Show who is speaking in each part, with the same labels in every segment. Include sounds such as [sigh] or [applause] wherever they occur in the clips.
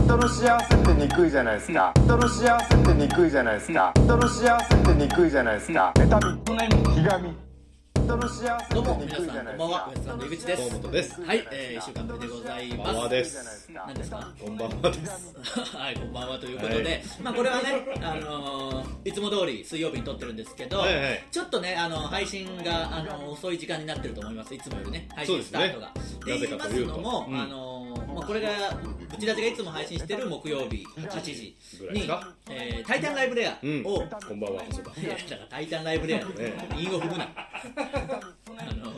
Speaker 1: 人の幸せってにくいじゃないですか人の幸せってにくいじゃないですか人の幸せってにくいじゃないですか妬みひがみ人の幸せ
Speaker 2: どう
Speaker 1: って
Speaker 2: も
Speaker 1: に
Speaker 2: 皆
Speaker 1: くいじ
Speaker 2: さ
Speaker 1: ゃ
Speaker 2: ん
Speaker 1: ない
Speaker 2: こん
Speaker 1: で
Speaker 2: ばん
Speaker 1: すか
Speaker 2: はウエストランド井口です
Speaker 3: 河本です
Speaker 2: はい、えー、一週間ぶりでございます
Speaker 3: こんばんはです
Speaker 2: 何ですか [laughs]
Speaker 3: こんばんはです。
Speaker 2: はいこんばんはということで、
Speaker 3: はい
Speaker 2: まあこれはねあのーいつも通り水曜日に撮ってるんですけど、
Speaker 3: はいはい
Speaker 2: ちょっとねあの配信があの遅い時間になってると思いますいつもよりね配
Speaker 3: そう
Speaker 2: 信
Speaker 3: で
Speaker 2: ス
Speaker 3: す
Speaker 2: タ
Speaker 3: ね
Speaker 2: ートが
Speaker 3: なぜ
Speaker 2: 言い
Speaker 3: か
Speaker 2: ま
Speaker 3: と
Speaker 2: す
Speaker 3: いうと
Speaker 2: のも、
Speaker 3: うん
Speaker 2: あのーまあこれがブチラジがいつも配信してる木曜日8時
Speaker 3: ぐらいで
Speaker 2: に
Speaker 3: すか
Speaker 2: 「えータイタンライブレア」
Speaker 3: うん。
Speaker 2: を、
Speaker 3: こんばんは、細田。
Speaker 2: いやだから「タイタンライブレア」で [laughs]
Speaker 3: ね
Speaker 2: 韻を踏むなあの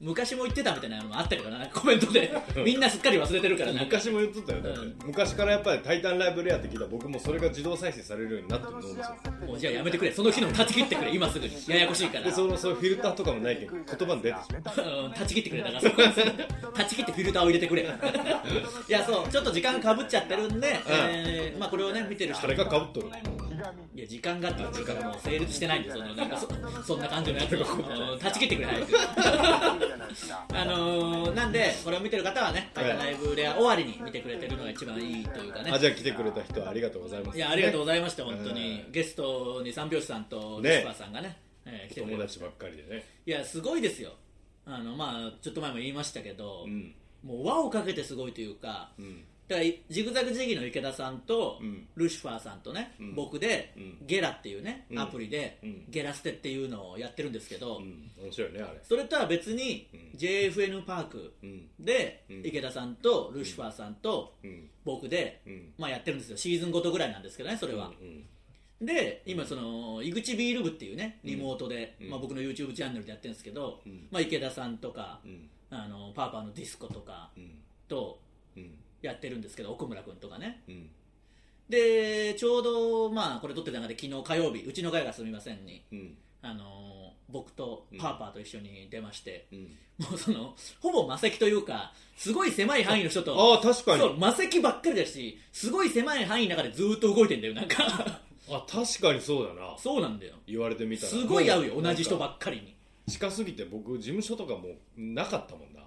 Speaker 2: 昔も言ってたみたいなのもあったけどなコメントでみんなすっかり忘れてるからなんか
Speaker 3: 昔も言っとったよ、だって
Speaker 2: うん
Speaker 3: 昔からやっぱり「タイタンライブレア」って聞いたら僕もそれが自動再生されるようになってると思うんですよ
Speaker 2: もうじゃあやめてくれその機能断ち切ってくれ今 [laughs] すぐにややこしいから
Speaker 3: でそのそういうフィルターとかもないけど言葉に出てしまう
Speaker 2: うん断ち切ってくれだからそ [laughs] こは断ち切ってフィルターを入れて [laughs] くれいやそうちょっと時間かぶっちゃってるんで、えーまあ、これをね見てる人
Speaker 3: あれがかぶっとる
Speaker 2: いや時間がっていうか時間もう成立してないんでその [laughs] なんかそ [laughs] そんな感じのやつをうん断ち切ってくれない [laughs] あのー、なんでこれを見てる方はね「
Speaker 3: はい
Speaker 2: ライブレア」終わりに見てくれてるのが一番いいというかね
Speaker 3: あじゃあ来てくれた人はありがとうございます
Speaker 2: いやありがとうご
Speaker 3: う
Speaker 2: ざいました本当に
Speaker 3: ね
Speaker 2: ゲストに三拍子さんと
Speaker 3: ね
Speaker 2: デスパーさんがねえー来てくれ
Speaker 3: 友
Speaker 2: ま
Speaker 3: 達
Speaker 2: し
Speaker 3: ば
Speaker 2: た
Speaker 3: っかりでね
Speaker 2: いやすごいですよあのまあちょっと前も言いましたけど、
Speaker 3: うん
Speaker 2: もう輪をかけてすごいというか
Speaker 3: うん
Speaker 2: だからいジグザグジギーの池田さんと、
Speaker 3: うん
Speaker 2: ルシファーさんとね、
Speaker 3: うん
Speaker 2: 僕で、
Speaker 3: うん
Speaker 2: ゲラっていうね
Speaker 3: うん
Speaker 2: アプリで、
Speaker 3: うん
Speaker 2: ゲラステっていうのをやってるんですけど、
Speaker 3: うん面白いねあれ
Speaker 2: それとは別に、
Speaker 3: うん
Speaker 2: JFN パーク
Speaker 3: うん
Speaker 2: で、
Speaker 3: うん
Speaker 2: 池田さんとルシファーさんと
Speaker 3: うん
Speaker 2: 僕で、
Speaker 3: うん
Speaker 2: まあ、やってるんですよシーズンごとぐらいなんですけどねそれは、
Speaker 3: うん
Speaker 2: で今その井口ビール部っていうねリモートで、
Speaker 3: うん
Speaker 2: まあ、僕の YouTube チャンネルでやってるんですけど、
Speaker 3: うん
Speaker 2: まあ、池田さんとか、
Speaker 3: うん
Speaker 2: あのパーパーのディスコとか
Speaker 3: うん
Speaker 2: と
Speaker 3: うん
Speaker 2: やってるんですけど奥村君とかね
Speaker 3: うん
Speaker 2: でちょうどまあこれ撮ってた中で昨日火曜日うちの会がすみませんに
Speaker 3: うん
Speaker 2: あの僕とパーパーと一緒に出まして、
Speaker 3: うん
Speaker 2: もうそのほぼ魔石というかすごい狭い範囲の人と
Speaker 3: ああ確か
Speaker 2: そう
Speaker 3: に
Speaker 2: 魔石ばっかりだしすごい狭い範囲の中でずーっと動いてんだよなん
Speaker 3: [laughs]
Speaker 2: か
Speaker 3: あ確かにそうだな
Speaker 2: そうなんだよ
Speaker 3: 言われてみたら
Speaker 2: すごい合うよ同じ人
Speaker 3: っ
Speaker 2: ばっかりに
Speaker 3: 近すぎて僕事務所とかもうなかったもんな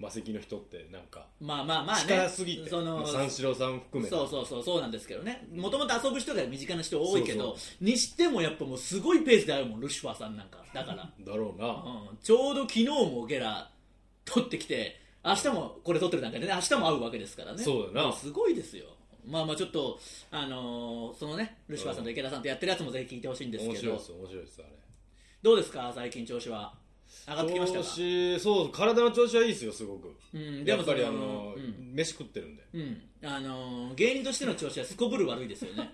Speaker 3: 魔石の人ってなんか
Speaker 2: まあまあまあね
Speaker 3: 近すぎて、
Speaker 2: その
Speaker 3: まあ三四郎さん含めて
Speaker 2: そうそうそうそうなんですけどねもともと遊ぶ人が身近な人多いけど
Speaker 3: そう
Speaker 2: にしてもやっぱもうすごいペースで会うもんルシファーさんなんかだから
Speaker 3: だろうな、
Speaker 2: うんちょうど昨日もゲラ取ってきて明日もこれ取ってる段階でね明日も会うわけですからね
Speaker 3: そうだな
Speaker 2: すごいですよまあまあちょっとあのーそのねルシファーさんと池田さんとやってるやつもぜひ聞いてほしいんです
Speaker 3: 面
Speaker 2: け
Speaker 3: 白い
Speaker 2: ど
Speaker 3: です面白いですあれ
Speaker 2: どうですか最近調子は上がってきました
Speaker 3: 調
Speaker 2: か
Speaker 3: 子そう体の調子はいいですよすごく、
Speaker 2: うんで
Speaker 3: や
Speaker 2: も
Speaker 3: っ
Speaker 2: そ
Speaker 3: ぱ
Speaker 2: れ
Speaker 3: り
Speaker 2: は
Speaker 3: あの、
Speaker 2: うん
Speaker 3: 飯食ってるんで
Speaker 2: うんあのー芸人としての調子はすこぶる悪いですよね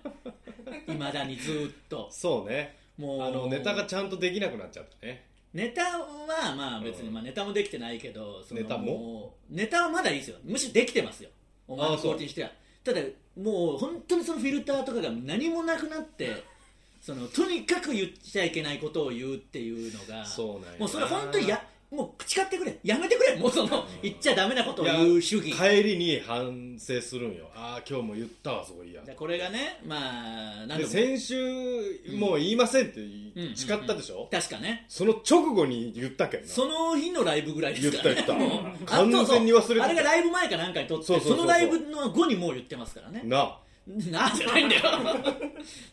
Speaker 2: いまだにずーっと
Speaker 3: そうね
Speaker 2: もう
Speaker 3: あのネタがちゃんとできなくなっちゃったね
Speaker 2: ネタはまあ別に、
Speaker 3: うん
Speaker 2: まあ、ネタもできてないけどその
Speaker 3: ネタも
Speaker 2: ネタはまだいいですよむしろできてますよお前の
Speaker 3: あそう
Speaker 2: コーチにしてはただもう本当にそのフィルターとかが何もなくなってそのとにかく言っちゃいけないことを言うっていうのが
Speaker 3: そうなんやな
Speaker 2: もうそれ本当にやもう誓ってくれやめてくれもうその言っちゃダメなことを言う主義
Speaker 3: 帰りに反省するんよああ今日も言ったわそこいや
Speaker 2: だこれがねまあ何
Speaker 3: で
Speaker 2: 度も
Speaker 3: 先週、もう言いませんって
Speaker 2: うん
Speaker 3: 誓ったでしょ、
Speaker 2: 確かね
Speaker 3: その直後に言ったけんな
Speaker 2: その日のライブぐらいですから、ね、
Speaker 3: 言った言った
Speaker 2: もう
Speaker 3: 完全に忘れてた
Speaker 2: あれがライブ前かなんかに撮って
Speaker 3: そうそうそうそう
Speaker 2: のライブの後にもう言ってますからね
Speaker 3: なあ
Speaker 2: なあじゃないんだよ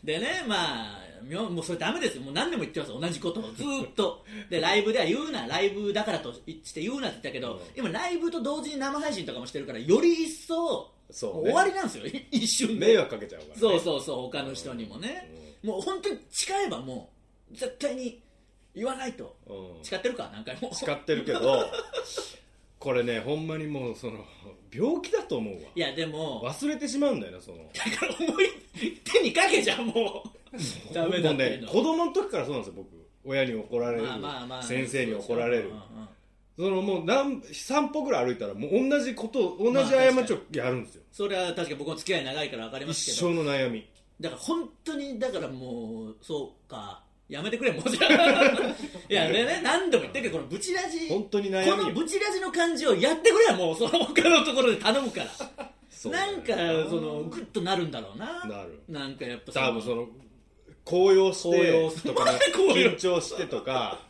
Speaker 2: でねまあみょもうそれダメですよもう何年も言ってます同じことをずーっとでライブでは言うなライブだからとして言うなって言ったけど、
Speaker 3: うん
Speaker 2: 今ライブと同時に生配信とかもしてるからより一層
Speaker 3: そうね
Speaker 2: も終わりなんですよい [laughs] 一瞬で
Speaker 3: 迷惑かけちゃうから、ね、
Speaker 2: そう
Speaker 3: う
Speaker 2: そうそう他の人にもね、もう本当に誓えばもう絶対に言わないと
Speaker 3: うん
Speaker 2: 誓ってるか何回も
Speaker 3: 誓ってるけどこれねほんまにもうその病気だと思う
Speaker 2: いやでも
Speaker 3: わ忘れてしまうんだよなその
Speaker 2: だから思い手にかけじゃんもうダメだっ
Speaker 3: もう
Speaker 2: ていう
Speaker 3: ね
Speaker 2: の
Speaker 3: 子供の時からそうなんですよ僕親に怒られる、
Speaker 2: まあまあまあ
Speaker 3: 先生に怒られる
Speaker 2: うんうん
Speaker 3: そのもう何散歩ぐらい歩いたらもう同じこと同じ過ちをやるんですよ、
Speaker 2: それは確か僕の付き合い長いから分かりま
Speaker 3: 一
Speaker 2: すけど
Speaker 3: 生の悩み
Speaker 2: だから本当にだからもうそうかやめてくれもうじゃあ
Speaker 3: [laughs]
Speaker 2: いやでね何度も言ってるけどこのブチラジ
Speaker 3: 本当に悩み
Speaker 2: このブチラジの感じをやってくれもうその他のところで頼むから
Speaker 3: そう
Speaker 2: なんかそのグッとなるんだろうな
Speaker 3: なる
Speaker 2: なんかやっぱ
Speaker 3: 多分その高揚し
Speaker 2: 高揚
Speaker 3: てとか、
Speaker 2: [laughs] 高揚
Speaker 3: 緊張してとか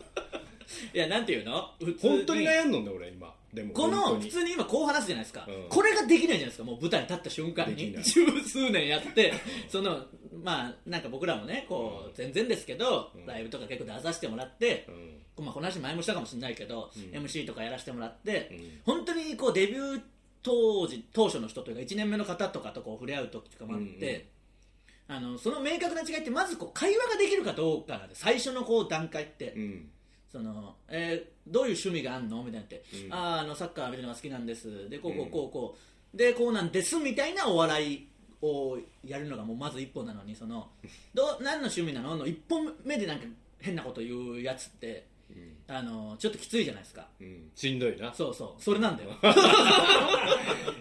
Speaker 2: いやなんていうの普通
Speaker 3: 本当に悩んどんね俺今でも
Speaker 2: こ
Speaker 3: 本当
Speaker 2: の
Speaker 3: に
Speaker 2: 普通に今こう話すじゃないですか、
Speaker 3: うん
Speaker 2: これができないじゃないですかもう舞台に立った瞬間
Speaker 3: でき
Speaker 2: に
Speaker 3: ない
Speaker 2: 十数年やってそのまあなんか僕らもねこう全然ですけど、
Speaker 3: ん
Speaker 2: ライブとか結構出させてもらって
Speaker 3: う、ん
Speaker 2: まあ、この話前もしたかもしれないけど、
Speaker 3: うん
Speaker 2: MC とかやらせてもらって、
Speaker 3: うん
Speaker 2: 本当にこうデビュー当時当初の人というか1年目の方とかとこう触れ合う時とかもあって、あのその明確な違いってまずこう会話ができるかどうかなんで最初のこう段階って。
Speaker 3: うん
Speaker 2: そのえーどういう趣味があんのみたいなって、
Speaker 3: うん
Speaker 2: あーあのサッカー見るのが好きなんですでこうこうこうこう、でこうなんですみたいなお笑いをやるのがもうまず一歩なのにそ
Speaker 3: [laughs]
Speaker 2: のどう何の趣味なのの一本目でなんか変なこと言うやつって
Speaker 3: うん
Speaker 2: あのちょっときついじゃないですか
Speaker 3: うんしんどいな
Speaker 2: そうそうそれなんだよ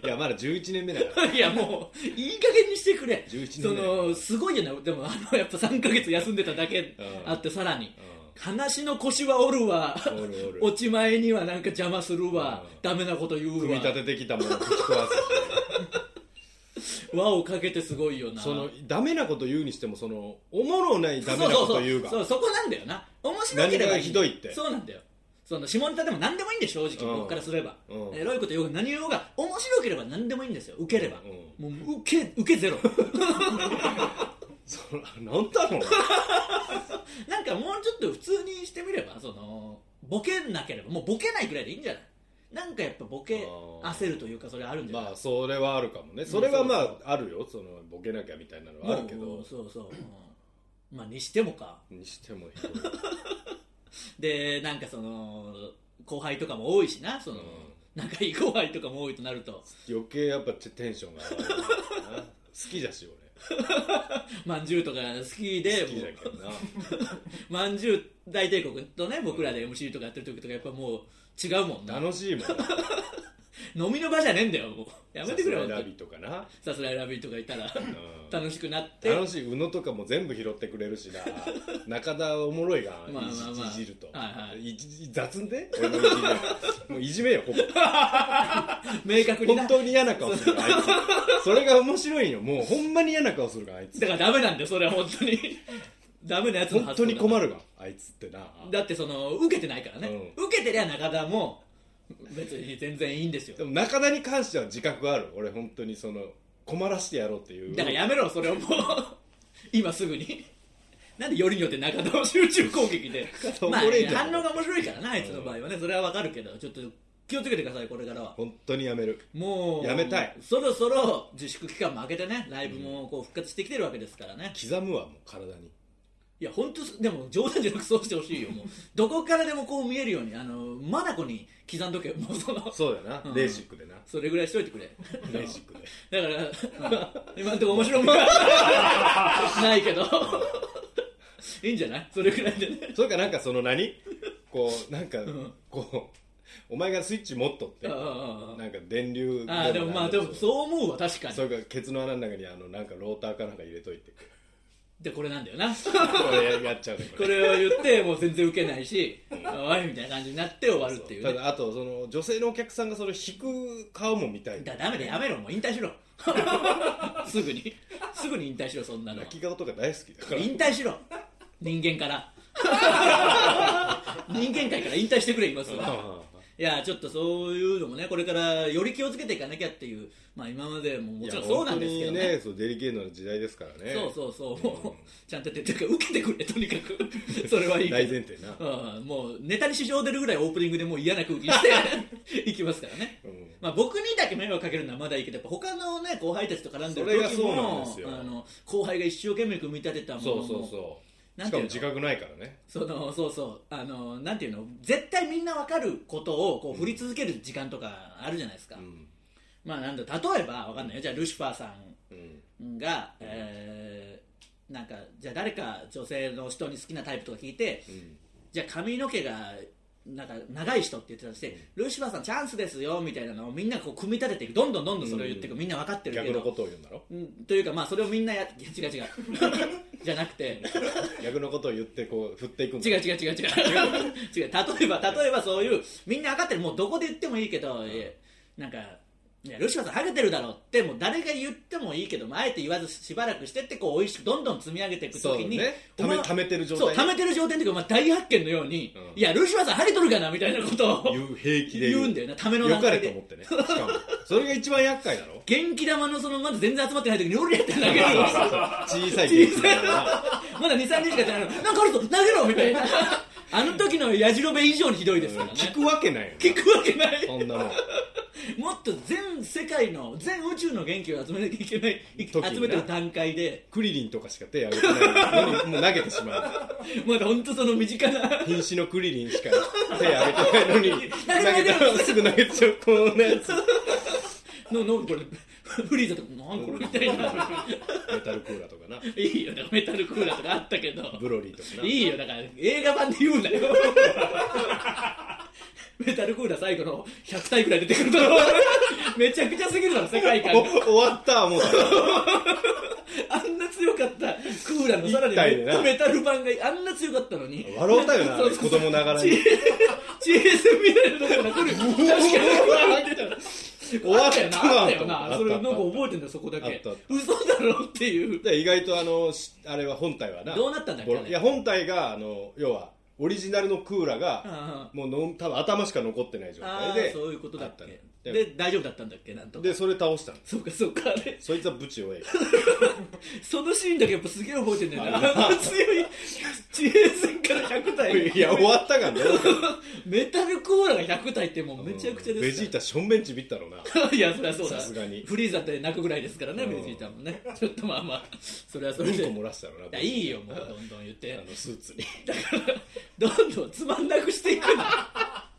Speaker 3: いやまだ11年目だ
Speaker 2: [laughs]
Speaker 3: から
Speaker 2: いやもういい加減にしてくれ
Speaker 3: 11年
Speaker 2: そ
Speaker 3: 目
Speaker 2: のすごいじゃないでもあのやっぱ3ヶ月休んでただけ
Speaker 3: うん
Speaker 2: あってさらに話の腰は折るわ
Speaker 3: おるおる
Speaker 2: 落ち前にはなんか邪魔するわ、
Speaker 3: うん
Speaker 2: ダメなこと言うわ
Speaker 3: 組み立ててきたものをぶち壊
Speaker 2: 輪をかけてすごいよな
Speaker 3: すそのダメなこと言うにしてもそのおもろないダメなこと言うが
Speaker 2: そうそうそうそうそこなんだよな面白ければ
Speaker 3: 何がひどいって
Speaker 2: そうなんだよその下ネタでも何でもいいんで正直、
Speaker 3: うん
Speaker 2: 僕からすれば、
Speaker 3: うん
Speaker 2: エロいこと言おうが何言おうが面白ければ何でもいいんですよ受ければ、
Speaker 3: う
Speaker 2: もう受け受けゼロ
Speaker 3: そのなんだろうな
Speaker 2: なんかもうちょっと普通にしてみればそのボケなければもうボケないぐらいでいいんじゃないなんかやっぱボケ
Speaker 3: あー
Speaker 2: 焦るというかそれあるんじゃない
Speaker 3: まあそれはあるかもねそれはま
Speaker 2: そう
Speaker 3: ああるよそのボケなきゃみたいなのはあるけ
Speaker 2: もう
Speaker 3: ど
Speaker 2: そうそう、うんまあにしてもか
Speaker 3: にしてもひどい
Speaker 2: でなんかその後輩とかも多いしなその、
Speaker 3: うん
Speaker 2: 仲いい後輩とかも多いとなると
Speaker 3: 余計やっぱテンションが上がるな好きだし
Speaker 2: まんじゅうとか好き
Speaker 3: 俺
Speaker 2: で
Speaker 3: 好きだけどな
Speaker 2: まんじゅう大帝国とね僕らで MC とかやってる時とかやっぱもう違うもんな
Speaker 3: 楽しいもん
Speaker 2: 飲みの場じゃねえんだよもうやめてくれよ
Speaker 3: ラビとかな、
Speaker 2: さすらいラビーとかいたら
Speaker 3: うん
Speaker 2: 楽しくなって
Speaker 3: 楽しい宇野とかも全部拾ってくれるしな
Speaker 2: [laughs]
Speaker 3: 中田おもろいが
Speaker 2: まあまあ
Speaker 3: いじ,、
Speaker 2: まあ
Speaker 3: いじると、
Speaker 2: はいはい
Speaker 3: じ雑で俺のいじりもういじめよほぼ
Speaker 2: 明確にな
Speaker 3: 本当に嫌な顔するからあいつそれが面白いんよもうほんまに嫌な顔するからあいつ
Speaker 2: だからダメなんだよそれは本当に
Speaker 3: [laughs]
Speaker 2: ダメなやつの
Speaker 3: 本
Speaker 2: 発想
Speaker 3: 当に困
Speaker 2: る
Speaker 3: るがあいつってな
Speaker 2: だってその受けてないからね、
Speaker 3: う
Speaker 2: 受けてりゃ中田も別に全然いいんですよ
Speaker 3: でも中田に関しては自覚がある俺本当にその困らせてやろうっていう
Speaker 2: だからやめろそれをもう [laughs] 今すぐになんでよりによって中田を集中攻撃で
Speaker 3: 田
Speaker 2: まあ
Speaker 3: 怒れんじゃん
Speaker 2: 反応が面白いからなあいつの場合はねそれはわかるけどちょっと気をつけてくださいこれからは
Speaker 3: 本当にやめる
Speaker 2: もう
Speaker 3: やめたい
Speaker 2: そろそろ自粛期間も明けてねライブもこう復活してきてるわけですからね
Speaker 3: 刻むわもう体に
Speaker 2: いや本当でも冗談じゃなくそうしてほしいよ [laughs] もうどこからでもこう見えるようにあのマナコに刻んどけもうその
Speaker 3: そうだな、
Speaker 2: うん
Speaker 3: レーシックでな
Speaker 2: それぐらいしといてくれ
Speaker 3: レーシックで
Speaker 2: だから、今んとこ面白みがないけど、いいんじゃないそれくらいでね。
Speaker 3: それかなんかその何こうなんかこうお前がスイッチ持っとって
Speaker 2: ああああ
Speaker 3: なんか電流
Speaker 2: ああ、でもまあ、でもそう思うわ、確かに
Speaker 3: そ。れからケツの穴の中にあのなんかローターかなんか入れと
Speaker 2: [laughs]
Speaker 3: いて
Speaker 2: で、これなんだよな。
Speaker 3: これやっちゃうねこ
Speaker 2: これを言って、もう全然ウケないし、おいみたいな感じになって終わるっていう
Speaker 3: た
Speaker 2: ね。
Speaker 3: だあとその女性のお客さんがそれ引く顔も見たい
Speaker 2: だダメだ、やめろ、もう引退 [laughs] しろ。すぐに。すぐに引退しろ、そんなのは
Speaker 3: 泣。き顔とか大好きだから
Speaker 2: 引退しろ。 [laughs] 人間から。 [laughs] 人間界から引退してくれ、今すぐ。いやちょっとそういうのもねこれからより気をつけていかなきゃっていうまあ今までももちろんそうなんですけどね
Speaker 3: いや本当にねそうデリケートな時代ですからね
Speaker 2: そうそうそうもうちゃんとやっててか受けてくれとにかくそれはいいけど
Speaker 3: 大前提な
Speaker 2: うん、もうネタに支障出るぐらいオープニングでもう嫌な空気にして [laughs] いきますからね、
Speaker 3: うん
Speaker 2: まあ、僕にだけ迷惑かけるのはまだいいけどやっぱ他のね後輩たちと絡んで
Speaker 3: それ
Speaker 2: る
Speaker 3: が
Speaker 2: 時
Speaker 3: そうなん
Speaker 2: も
Speaker 3: ですよ
Speaker 2: あの後輩が一生懸命組み立てたもの
Speaker 3: そ
Speaker 2: も
Speaker 3: うそうそう
Speaker 2: なん
Speaker 3: してか
Speaker 2: いうの
Speaker 3: も自覚ないからね
Speaker 2: そのそうそうあのなんていうの絶対みんなわかることをこう振り続ける時間とかあるじゃないですか、
Speaker 3: うん
Speaker 2: まあなんだ例えばわかんないよじゃあルシファーさ
Speaker 3: うん
Speaker 2: んが、えーなんかじゃあ誰か女性の人に好きなタイプとか聞いて
Speaker 3: うん
Speaker 2: じゃあ髪の毛がなんか長い人って言ってたとして、ルシファーさんチャンスですよみたいなのをみんなこう組み立てていくどんどんどんどんそれを言っていく、みんな分かってる
Speaker 3: 逆
Speaker 2: け
Speaker 3: のこ
Speaker 2: ど。
Speaker 3: とを言うんだろ
Speaker 2: うんというかまあそれをみんなやいや違う違う
Speaker 3: [laughs]
Speaker 2: [laughs] じゃなくて
Speaker 3: 逆のことを言ってこう振っていく [laughs] んだ
Speaker 2: 違う違う違う違う違う例えば例えばそういうみんな分かってるもうどこで言ってもいいけど、いやなんかいやルシファーさんハゲてるだろうってもう誰が言ってもいいけどもあえて言わずしばらくしてってこう美味しくどんどん積み上げていく
Speaker 3: そ
Speaker 2: と
Speaker 3: う
Speaker 2: きに
Speaker 3: ね
Speaker 2: お
Speaker 3: た
Speaker 2: 前
Speaker 3: めためてる状
Speaker 2: そう
Speaker 3: 態
Speaker 2: 溜めてる状態の時お前大発見のように、
Speaker 3: うん
Speaker 2: いやルシファーさんハゲとるかなみたいなことを
Speaker 3: 言う平気で
Speaker 2: 言うんだよなための
Speaker 3: よ
Speaker 2: 段
Speaker 3: か
Speaker 2: 階
Speaker 3: れと
Speaker 2: で
Speaker 3: 思って
Speaker 2: [laughs]
Speaker 3: ねしかもそれが一番厄介だろ
Speaker 2: 元気玉のそのまだ全然集まってない時に俺やって投げ
Speaker 3: [laughs]
Speaker 2: るわ
Speaker 3: 小さい元気だからな
Speaker 2: [laughs] まだ23日しかやってないのなんかあるぞ投げろみたい
Speaker 3: [laughs]
Speaker 2: なあの時のやじろべ以上にひどいですからね
Speaker 3: 聞くわけないよな
Speaker 2: 聞くわけない
Speaker 3: そんなもん
Speaker 2: もっと全世界の全宇宙の元気を集めなきゃいけない
Speaker 3: 時にな
Speaker 2: 集めてる段階で
Speaker 3: クリリンとかしか手挙げてないのにもう投げてしまう
Speaker 2: まだ本当その身近な
Speaker 3: 瀕死のクリリンしか手挙げてないの
Speaker 2: [laughs] 投げ
Speaker 3: に投げたらすぐ投げちゃうこのやつ
Speaker 2: ののこれフリーザとかなんこれみたいな
Speaker 3: メタルクーラーとかない
Speaker 2: いよだからメタルクーラーとかあったけど
Speaker 3: ブロリーとかない
Speaker 2: いよだから映画版で言うなよメタルクーラー最後の100歳くらい出てくるとめちゃくちゃすぎるだろ世界観が
Speaker 3: お終わったもう
Speaker 2: あんな強かったクーラーのさらに
Speaker 3: 一体でな
Speaker 2: メタル版があんな強かったのに
Speaker 3: 笑うたよな
Speaker 2: [laughs] そうそう
Speaker 3: 子供ながら
Speaker 2: チ
Speaker 3: に
Speaker 2: ーチーズみたいなところが来
Speaker 3: [laughs]
Speaker 2: る確かに
Speaker 3: 終わ
Speaker 2: あ
Speaker 3: っ
Speaker 2: ったよ
Speaker 3: た
Speaker 2: な
Speaker 3: わ
Speaker 2: あったよなそれなんか覚えてんだよそこだ
Speaker 3: あっ
Speaker 2: け
Speaker 3: たあっ
Speaker 2: 嘘だろっていう
Speaker 3: で意外とあのしあれは本体はな
Speaker 2: どうなったんだっけ
Speaker 3: ボロいや本体があの要はオリジナルのクーラーがもうの多分頭しか残ってない状
Speaker 2: ああ
Speaker 3: 態で
Speaker 2: そういうことだっ
Speaker 3: あ
Speaker 2: け
Speaker 3: たの
Speaker 2: で大丈夫だったんだっけなんとか
Speaker 3: でそれ倒したの
Speaker 2: そうかそうかあれ
Speaker 3: そいつはブ
Speaker 2: [laughs]
Speaker 3: チ弱い
Speaker 2: そのシーンだけやっぱすげえ覚えてんだよな
Speaker 3: [laughs] あれな
Speaker 2: あの強い地平線から100体
Speaker 3: いや終わったがね
Speaker 2: メタルコーラが100体ってもうめちゃくちゃですから
Speaker 3: ベジータしょんべんちびったろうな
Speaker 2: [laughs]
Speaker 3: い
Speaker 2: やそりゃそうだ
Speaker 3: さすがに
Speaker 2: フリーザって泣くぐらいですからね
Speaker 3: うん
Speaker 2: ベジータもね [laughs] ちょっとまあまあそれはそれ
Speaker 3: うん
Speaker 2: で
Speaker 3: こ漏らしたろうない
Speaker 2: やいいよもうどんどん言っ
Speaker 3: あ
Speaker 2: て
Speaker 3: のスーツに
Speaker 2: どんどんつまんなくしていくな [laughs]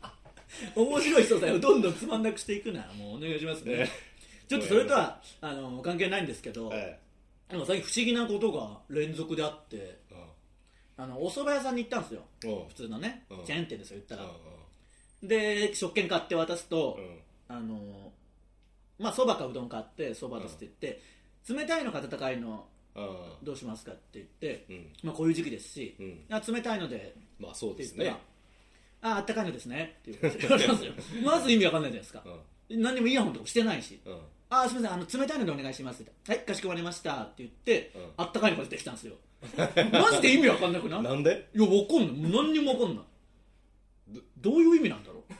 Speaker 2: 面白い素材をどんどんつまんなくしていくなもうお願いしますね
Speaker 3: ね
Speaker 2: ちょっとそれとはあの関係ないんですけど、
Speaker 3: え
Speaker 2: でも最近不思議なことが連続であって
Speaker 3: え
Speaker 2: あのお蕎麦屋さんに行ったんですよ
Speaker 3: うんうん
Speaker 2: 普通のね、
Speaker 3: うん
Speaker 2: チェーン店ですよ言ったら、で食券買って渡すと、あのまあそばかうどん買ってそばですって言って、冷たいのか温かいの
Speaker 3: うん
Speaker 2: どうしますかって言って、
Speaker 3: うん
Speaker 2: まあ、こういう時期ですし、
Speaker 3: うん
Speaker 2: あ冷たいので
Speaker 3: まあそう
Speaker 2: って
Speaker 3: で
Speaker 2: 言っ
Speaker 3: す
Speaker 2: たら、
Speaker 3: ね
Speaker 2: ああったかいのですねって言われたん
Speaker 3: [laughs]
Speaker 2: ですよまず意味わかんないじゃないですか
Speaker 3: う、ん
Speaker 2: 何にもイヤホンとかしてないし
Speaker 3: うん
Speaker 2: ああすみませんあの冷たいのでお願いしますってはいかしこまりましたって言って、
Speaker 3: うん
Speaker 2: あったかいのが出てきたんですよ [laughs] マジで意味わかんなくないいやわ
Speaker 3: なんで
Speaker 2: かんない何にもわかんないどどういう意味なんだろう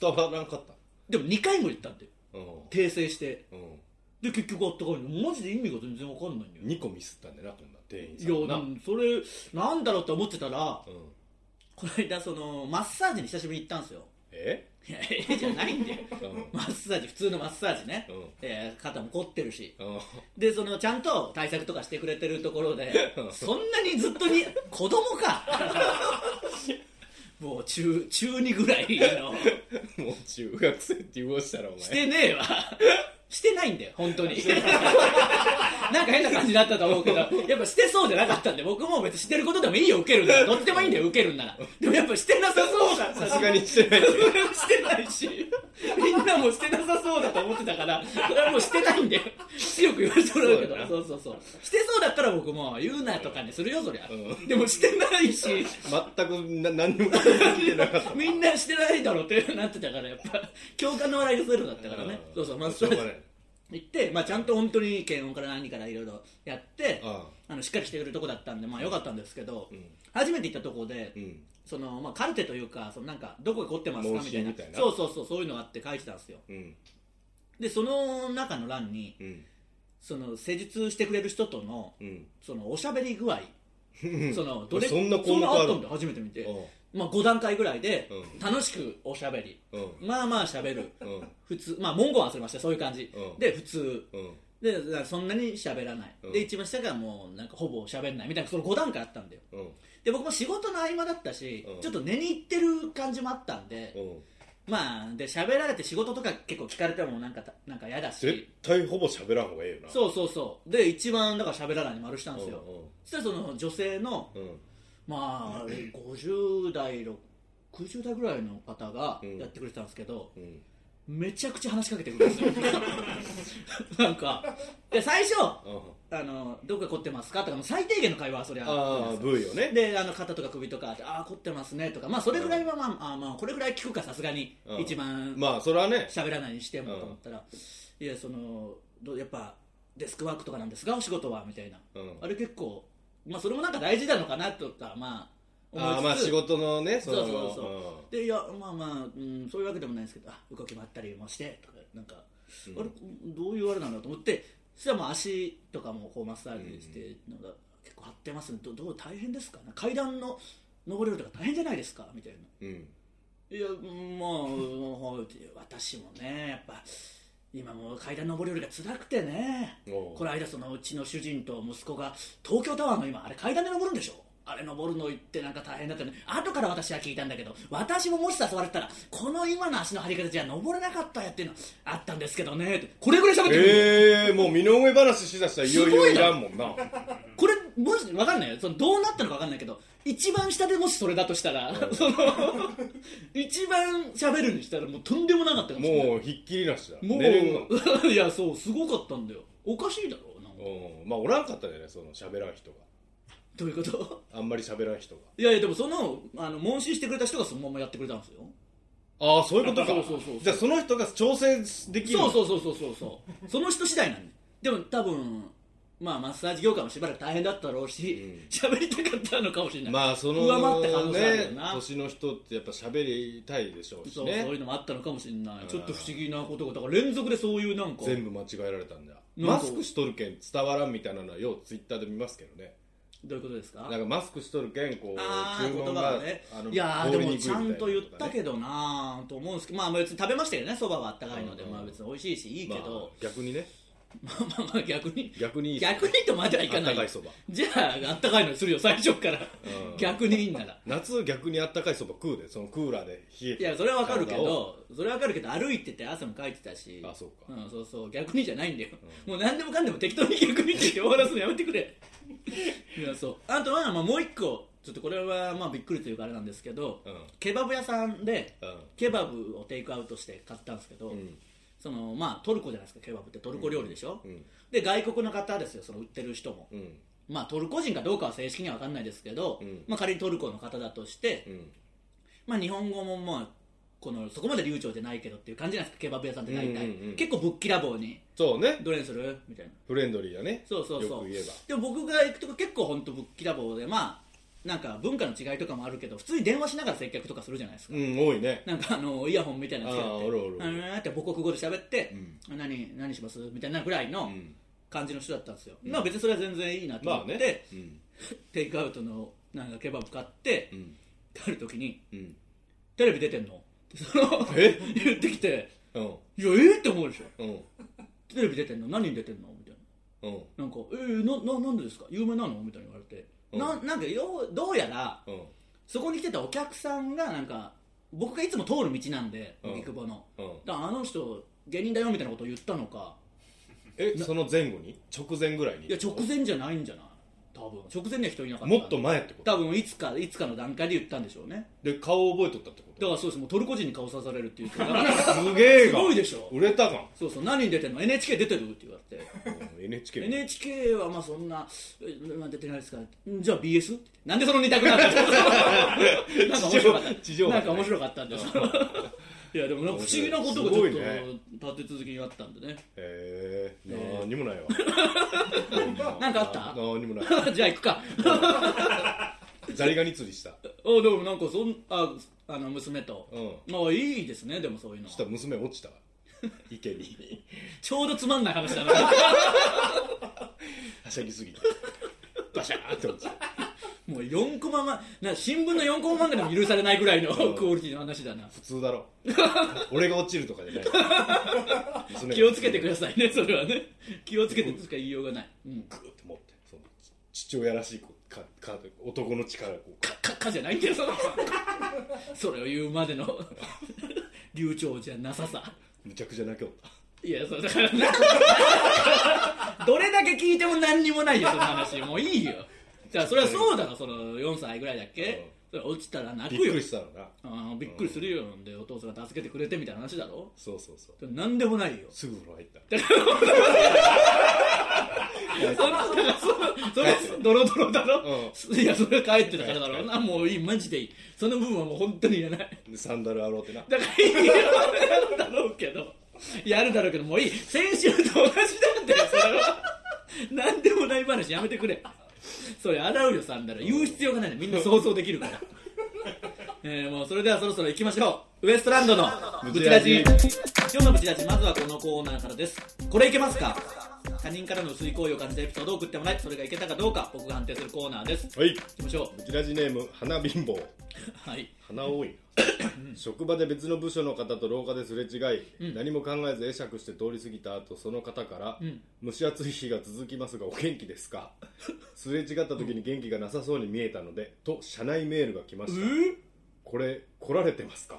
Speaker 3: 伝わらんかった
Speaker 2: でも2回も言ったんで
Speaker 3: うん
Speaker 2: 訂正して
Speaker 3: うん
Speaker 2: で結局あったかいのマジで意味が全然わかんないんだよ
Speaker 3: 2個ミスったんだよなこんな店員さん
Speaker 2: いや
Speaker 3: な
Speaker 2: う
Speaker 3: うん
Speaker 2: んそれなんだろうって思ってたら
Speaker 3: うん
Speaker 2: この間そのマッサージに久しぶりに行ったんですよ
Speaker 3: え
Speaker 2: いやええじゃないんだよ
Speaker 3: うんうん
Speaker 2: マッサージ普通のマッサージね、
Speaker 3: うん
Speaker 2: えー肩も凝ってるし
Speaker 3: うん [laughs]
Speaker 2: でそのちゃんと対策とかしてくれてるところで
Speaker 3: うん
Speaker 2: そんなにずっとに子供 [laughs] かもう中中2ぐらいの
Speaker 3: もう中学生って言おうしたらお
Speaker 2: して
Speaker 3: 前
Speaker 2: ねえわしてないんだよ本当に [laughs] なんか変な感じだったと思うけどやっぱしてそうじゃなかったんで僕も別にしてることでもいいよ受けるならどっちでもいいんだよ受けるんならでもやっぱしてなさそうだ
Speaker 3: さすがにしてない
Speaker 2: してないしみんなもしてなさそうだと思ってたからそれはもうしてないんだよ強く言われてもらうけど
Speaker 3: そうだな
Speaker 2: そうそうそうしてそうだったら僕も言うなとかにするよそりゃ、
Speaker 3: う
Speaker 2: でもしてないし
Speaker 3: 全くな何にも考えてなかった
Speaker 2: みんなしてないだろうってなってたからやっぱ共感の笑いがするのだったからね、
Speaker 3: ん
Speaker 2: [laughs] そうそうマッ
Speaker 3: し
Speaker 2: サ
Speaker 3: ょう
Speaker 2: ー
Speaker 3: が
Speaker 2: ジ
Speaker 3: ない
Speaker 2: 行って、まあ、ちゃんと本当に検温から何からいろいろやって、
Speaker 3: うん
Speaker 2: あのしっかりしてくれるとこだったんで、まあ、よかったんですけど、
Speaker 3: うん
Speaker 2: 初めて行ったとこで、
Speaker 3: うん
Speaker 2: そのまあ、カルテというかそのなんかどこが凝ってますか
Speaker 3: 問
Speaker 2: みたい
Speaker 3: 診
Speaker 2: な
Speaker 3: みたいな
Speaker 2: そうそうそうそういうのがあって書いてたんですよ
Speaker 3: うん
Speaker 2: でその中の欄に
Speaker 3: うん
Speaker 2: その施術してくれる人との
Speaker 3: うん
Speaker 2: そのおしゃべり具合そのどれ
Speaker 3: そんな項
Speaker 2: そん
Speaker 3: 目
Speaker 2: な
Speaker 3: ある
Speaker 2: あったんだ初めて見て、
Speaker 3: う
Speaker 2: まあ、5段階ぐらいで、
Speaker 3: うん
Speaker 2: 楽しくおしゃべり、
Speaker 3: ん
Speaker 2: まあまあしゃべる、
Speaker 3: うん
Speaker 2: 普通まあ文言忘れましたそういう感じ、
Speaker 3: うん
Speaker 2: で普通
Speaker 3: うん
Speaker 2: でだからそんなに喋らない、
Speaker 3: うん
Speaker 2: で一番下がもうなんかほぼ喋んないみたいなその5段階あったんだよ
Speaker 3: うん
Speaker 2: で僕も仕事の合間だったし、
Speaker 3: うん
Speaker 2: ちょっと寝に行ってる感じもあったんで、
Speaker 3: うん
Speaker 2: まあで喋られて仕事とか結構聞かれてもなんかたなんか嫌だ
Speaker 3: 絶
Speaker 2: し
Speaker 3: 対ほぼ喋らん方がええよな
Speaker 2: そうそうそうで一番だから喋らないに丸したんですよ、
Speaker 3: うん
Speaker 2: そしたらその女性の
Speaker 3: うん
Speaker 2: まあ50代60代ぐらいの方が
Speaker 3: うん
Speaker 2: やってくれてたんですけど、
Speaker 3: うん
Speaker 2: めちゃくちゃ話しかけてくるんですよ [laughs] なんかで最初
Speaker 3: うん
Speaker 2: あのどこが凝ってますかとかもう最低限の会話はそりゃ
Speaker 3: ああ部位をね
Speaker 2: であの肩とか首とかああ凝ってますねとかまあそれぐらいはまあ,あー、まあこれぐらい聞くかさすがに
Speaker 3: うん
Speaker 2: 一番
Speaker 3: まあそれはね
Speaker 2: 喋らないにしてもと思ったら、いやそのどやっぱデスクワークとかなんですかお仕事はみたいな、
Speaker 3: うん
Speaker 2: あれ結構、まあ、それもなんか大事なのかなとかまあ
Speaker 3: あーま
Speaker 2: 思い
Speaker 3: あ
Speaker 2: つつ
Speaker 3: 仕事のね
Speaker 2: そ
Speaker 3: そうの
Speaker 2: そうそう、でいやまあまあ、うん、そういうわけでもないですけどあ動き回ったりもしてとかなんか、
Speaker 3: うん
Speaker 2: あれどういうあれなんだと思ってそしたらまあ足とかもこうマッサージして、なんか結構張ってますねどどう大変ですか階段の登れるとか大変じゃないですかみたいな
Speaker 3: うんうん
Speaker 2: いやもう私もねやっぱ今もう階段登り降りが辛くてね
Speaker 3: おう
Speaker 2: この間そのうちの主人と息子が東京タワーの今あれ階段で登るんでしょあれ登るの行ってなんか大変だったね後から私は聞いたんだけど私ももし誘われたらこの今の足の張り方じゃ登れなかったやっていうのあったんですけどねってこれぐらい喋ってくる、
Speaker 3: ええもう身の上話しだしたらいよいよいらんもんな
Speaker 2: これもし分かんないよそのどうなったのか分かんないけど一番下でもしそれだとしたら、その一番喋るにしたらもうとんでもなかったかもしれない
Speaker 3: もうひっきりなしだ
Speaker 2: もう
Speaker 3: 寝れん
Speaker 2: [laughs]
Speaker 3: の
Speaker 2: いやそうすごかったんだよおかしいだろなんか
Speaker 3: うんまあおらんかったんじゃないその喋らん人が
Speaker 2: どういうこと [laughs]
Speaker 3: あんまり喋らん人が
Speaker 2: いやいやでもそのあの問診してくれた人がそのままやってくれたんですよ
Speaker 3: ああそういうことか
Speaker 2: そうそうそうそう
Speaker 3: じゃあその人が調整できる
Speaker 2: そうそうそうそうそうそうその人次第なんででも多分まあマッサージ業界もしばらく大変だったろうし喋、りたかったのかもしれない、
Speaker 3: まあその
Speaker 2: 上回った可能性あるよ
Speaker 3: ね
Speaker 2: な、
Speaker 3: 年の人ってやっぱ喋りたいでしょうし
Speaker 2: そう
Speaker 3: ね
Speaker 2: そういうのもあったのかもしれない、
Speaker 3: ん
Speaker 2: ちょっと不思議なことがだから連続でそういうなんか
Speaker 3: 全部間違えられたんだ
Speaker 2: なん
Speaker 3: マ
Speaker 2: か
Speaker 3: スクしとるけん伝わらんみたいなのはようツイッターで見ますけどね
Speaker 2: どういうことですか
Speaker 3: なんかマスクしとるけんこ
Speaker 2: あ
Speaker 3: う
Speaker 2: ー
Speaker 3: 注
Speaker 2: 言
Speaker 3: 文
Speaker 2: 葉
Speaker 3: が
Speaker 2: がね
Speaker 3: あの
Speaker 2: いやー
Speaker 3: 通
Speaker 2: で
Speaker 3: り
Speaker 2: も
Speaker 3: にくい
Speaker 2: ちゃんと言った
Speaker 3: ど
Speaker 2: けどなーと思うんですけどまあ別に食べましたけどねそばはあったかいので、
Speaker 3: うん
Speaker 2: まあ別に美味しいしいいけど、
Speaker 3: 逆にね
Speaker 2: [laughs] まあ、まあまあ逆に
Speaker 3: 逆にいいですね
Speaker 2: 逆にとまではいか
Speaker 3: あ
Speaker 2: な
Speaker 3: ったか
Speaker 2: い
Speaker 3: いそば
Speaker 2: じゃああったかいのにするよ最初から、
Speaker 3: うん
Speaker 2: 逆にいいんなら
Speaker 3: 夏逆にあったかいそば食うでそのクーラーで冷え
Speaker 2: い
Speaker 3: てい
Speaker 2: やそれはわかるけどそれはわかるけど歩いてて汗もかいてたし
Speaker 3: あそうか
Speaker 2: ん、そうそう逆にじゃないんだよ、もう何でもかんでも適当に逆にって言って終わらすのやめてくれ [laughs] いやそうあとはまあもう一個ちょっとこれはまあびっくりというかあれなんですけど、
Speaker 3: うん
Speaker 2: ケバブ屋さんで、
Speaker 3: うん
Speaker 2: ケバブをテイクアウトして買ったんですけど、
Speaker 3: ん
Speaker 2: そのまあ、トルコじゃないですかケバブってトルコ料理でしょ、
Speaker 3: うん
Speaker 2: で外国の方ですよその売ってる人も、
Speaker 3: うん
Speaker 2: まあ、トルコ人かどうかは正式には分かんないですけど、
Speaker 3: うん
Speaker 2: まあ、仮にトルコの方だとして、
Speaker 3: うん
Speaker 2: まあ、日本語もまあこのそこまで流暢じゃないけどっていう感じなんですかケバブ屋さんって大体、
Speaker 3: うんうんうん
Speaker 2: 結構ぶっきらぼうに
Speaker 3: そうね
Speaker 2: どれにするみたいな
Speaker 3: フレンドリーだね
Speaker 2: そうそうそう
Speaker 3: よく言えば
Speaker 2: でも僕が行くとこ結構本当ぶっきらぼうでまあなんか文化の違いとかもあるけど普通に電話しながら接客とかするじゃないですか
Speaker 3: うん多いね
Speaker 2: なんかあのイヤホンみたいなのつけて
Speaker 3: あーおるおるおる
Speaker 2: あのーって母国語で喋って、何何しますみたいなぐらいの
Speaker 3: ん
Speaker 2: 感じの人だったんですよ、まあ別にそれは全然いいなと
Speaker 3: ま
Speaker 2: 思
Speaker 3: あ
Speaker 2: って、
Speaker 3: ねうん
Speaker 2: テイクアウトのなんかケバブ買って、
Speaker 3: ん
Speaker 2: 帰る時に
Speaker 3: うん
Speaker 2: 「テレビ出てんの?」ってその
Speaker 3: え
Speaker 2: [laughs] 言ってきて
Speaker 3: う
Speaker 2: 「
Speaker 3: ん
Speaker 2: いやえーっ?」て思うでしょ
Speaker 3: うん
Speaker 2: 「テレビ出てんの何に出てんの?」みたいな
Speaker 3: うん
Speaker 2: なんか「えー、なななんでですか有名なの?」みたいに言われて、
Speaker 3: うん
Speaker 2: ななんかようどうやら
Speaker 3: うん
Speaker 2: そこに来てたお客さんがなんか僕がいつも通る道なんで
Speaker 3: うん
Speaker 2: 荻窪の、
Speaker 3: うん
Speaker 2: だからあの人芸人だよみたいなことを言ったのか
Speaker 3: えその前後に直前ぐらいに
Speaker 2: いや直前じゃないんじゃない多分直前には人いなかった
Speaker 3: もっと前ってこと
Speaker 2: 多分いつかいつかの段階で言ったんでしょうね
Speaker 3: で顔覚えとったってこ
Speaker 2: だ
Speaker 3: と
Speaker 2: からそうですもうトルコ人に顔さされるっていうかだからす
Speaker 3: [laughs] すげえが
Speaker 2: すごいでしょ
Speaker 3: 売れたかん
Speaker 2: そうそう何に出てんの NHK 出てるって言われて
Speaker 3: うん NHK に
Speaker 2: NHK はまあそんなえまあ出てないですからんじゃあ BS? なんでその二択
Speaker 3: [laughs]
Speaker 2: なんだなんか面白かった
Speaker 3: 地上波
Speaker 2: なんか面白かったんです [laughs] いやでもなんか不思議なことがちょっ
Speaker 3: すごいね
Speaker 2: と立て続けにあったんでね
Speaker 3: へ
Speaker 2: ね
Speaker 3: え何にもないわ
Speaker 2: なん [laughs] かあった
Speaker 3: 何にもない
Speaker 2: [laughs] じゃあ行くか
Speaker 3: ザリガニ釣りした
Speaker 2: おでもなんかそんああの娘と、
Speaker 3: う
Speaker 2: まあいいですねでもそういうの
Speaker 3: したら娘落
Speaker 2: [laughs]
Speaker 3: ちたわ池に
Speaker 2: ちょうどつまんない話だな [laughs]
Speaker 3: はしゃぎすぎてバシャーって落ちた
Speaker 2: もう4コマまな新聞の4コマ漫画でも許されないぐらいの
Speaker 3: うん
Speaker 2: クオリティの話だな
Speaker 3: 普通だろ俺が落ちるとかじゃない娘が
Speaker 2: 気をつけてくださいねそれはね気をつけてとしか言いようがない、うん、
Speaker 3: グーって持ってその父親らしいこうかか男の力をこう
Speaker 2: カッカッカじゃないんだよその
Speaker 3: [laughs]
Speaker 2: それを言うまでの [laughs] 流暢じゃなささ
Speaker 3: むちゃくちゃ泣きおっ
Speaker 2: いやそうだからな [laughs] どれだけ聞いても何にもないよその話もういいよじゃあそれはそうだろその4歳ぐらいだっけ、それ落ちたら
Speaker 3: た
Speaker 2: 泣
Speaker 3: び
Speaker 2: く
Speaker 3: っ
Speaker 2: よ
Speaker 3: くりしたのな
Speaker 2: あーびっくりするよ、でお父さんが助けてくれてみたいな話だろ
Speaker 3: そうそうそう
Speaker 2: なんでもないよ
Speaker 3: すぐ風呂入った
Speaker 2: それそれそれドロドロだろ、いやそれは帰ってたからだろうな、もういいマジでいいその部分はもう本当にいらない
Speaker 3: でサンダル洗ろうってな
Speaker 2: だからいいよだろうけどやるだろうけどもういい先週と同じなんだよそれは何でもない話やめてくれそれ洗うよサンダル言う必要がないのみんな想像できるから、えーもうそれではそろそろ行きましょうウエストランドのブチラジ今日のブチラジまずはこのコーナーからですこれいけますか他人からの薄い行為を感じたエピソードを送ってもらいそれがいけたかどうか僕が判定するコーナーです
Speaker 3: はい
Speaker 2: 行きましょ
Speaker 3: ブチラジネーム花貧乏
Speaker 2: うはい
Speaker 3: 鼻多いな職場で別の部署の方と廊下ですれ違い、何も考えず会釈して通り過ぎた後その方から、蒸し暑い日が続きますがお元気で
Speaker 2: [laughs]
Speaker 3: すかすれ違った時に元気がなさそうに見えたのでと社内メールが来ました、これ来られてますか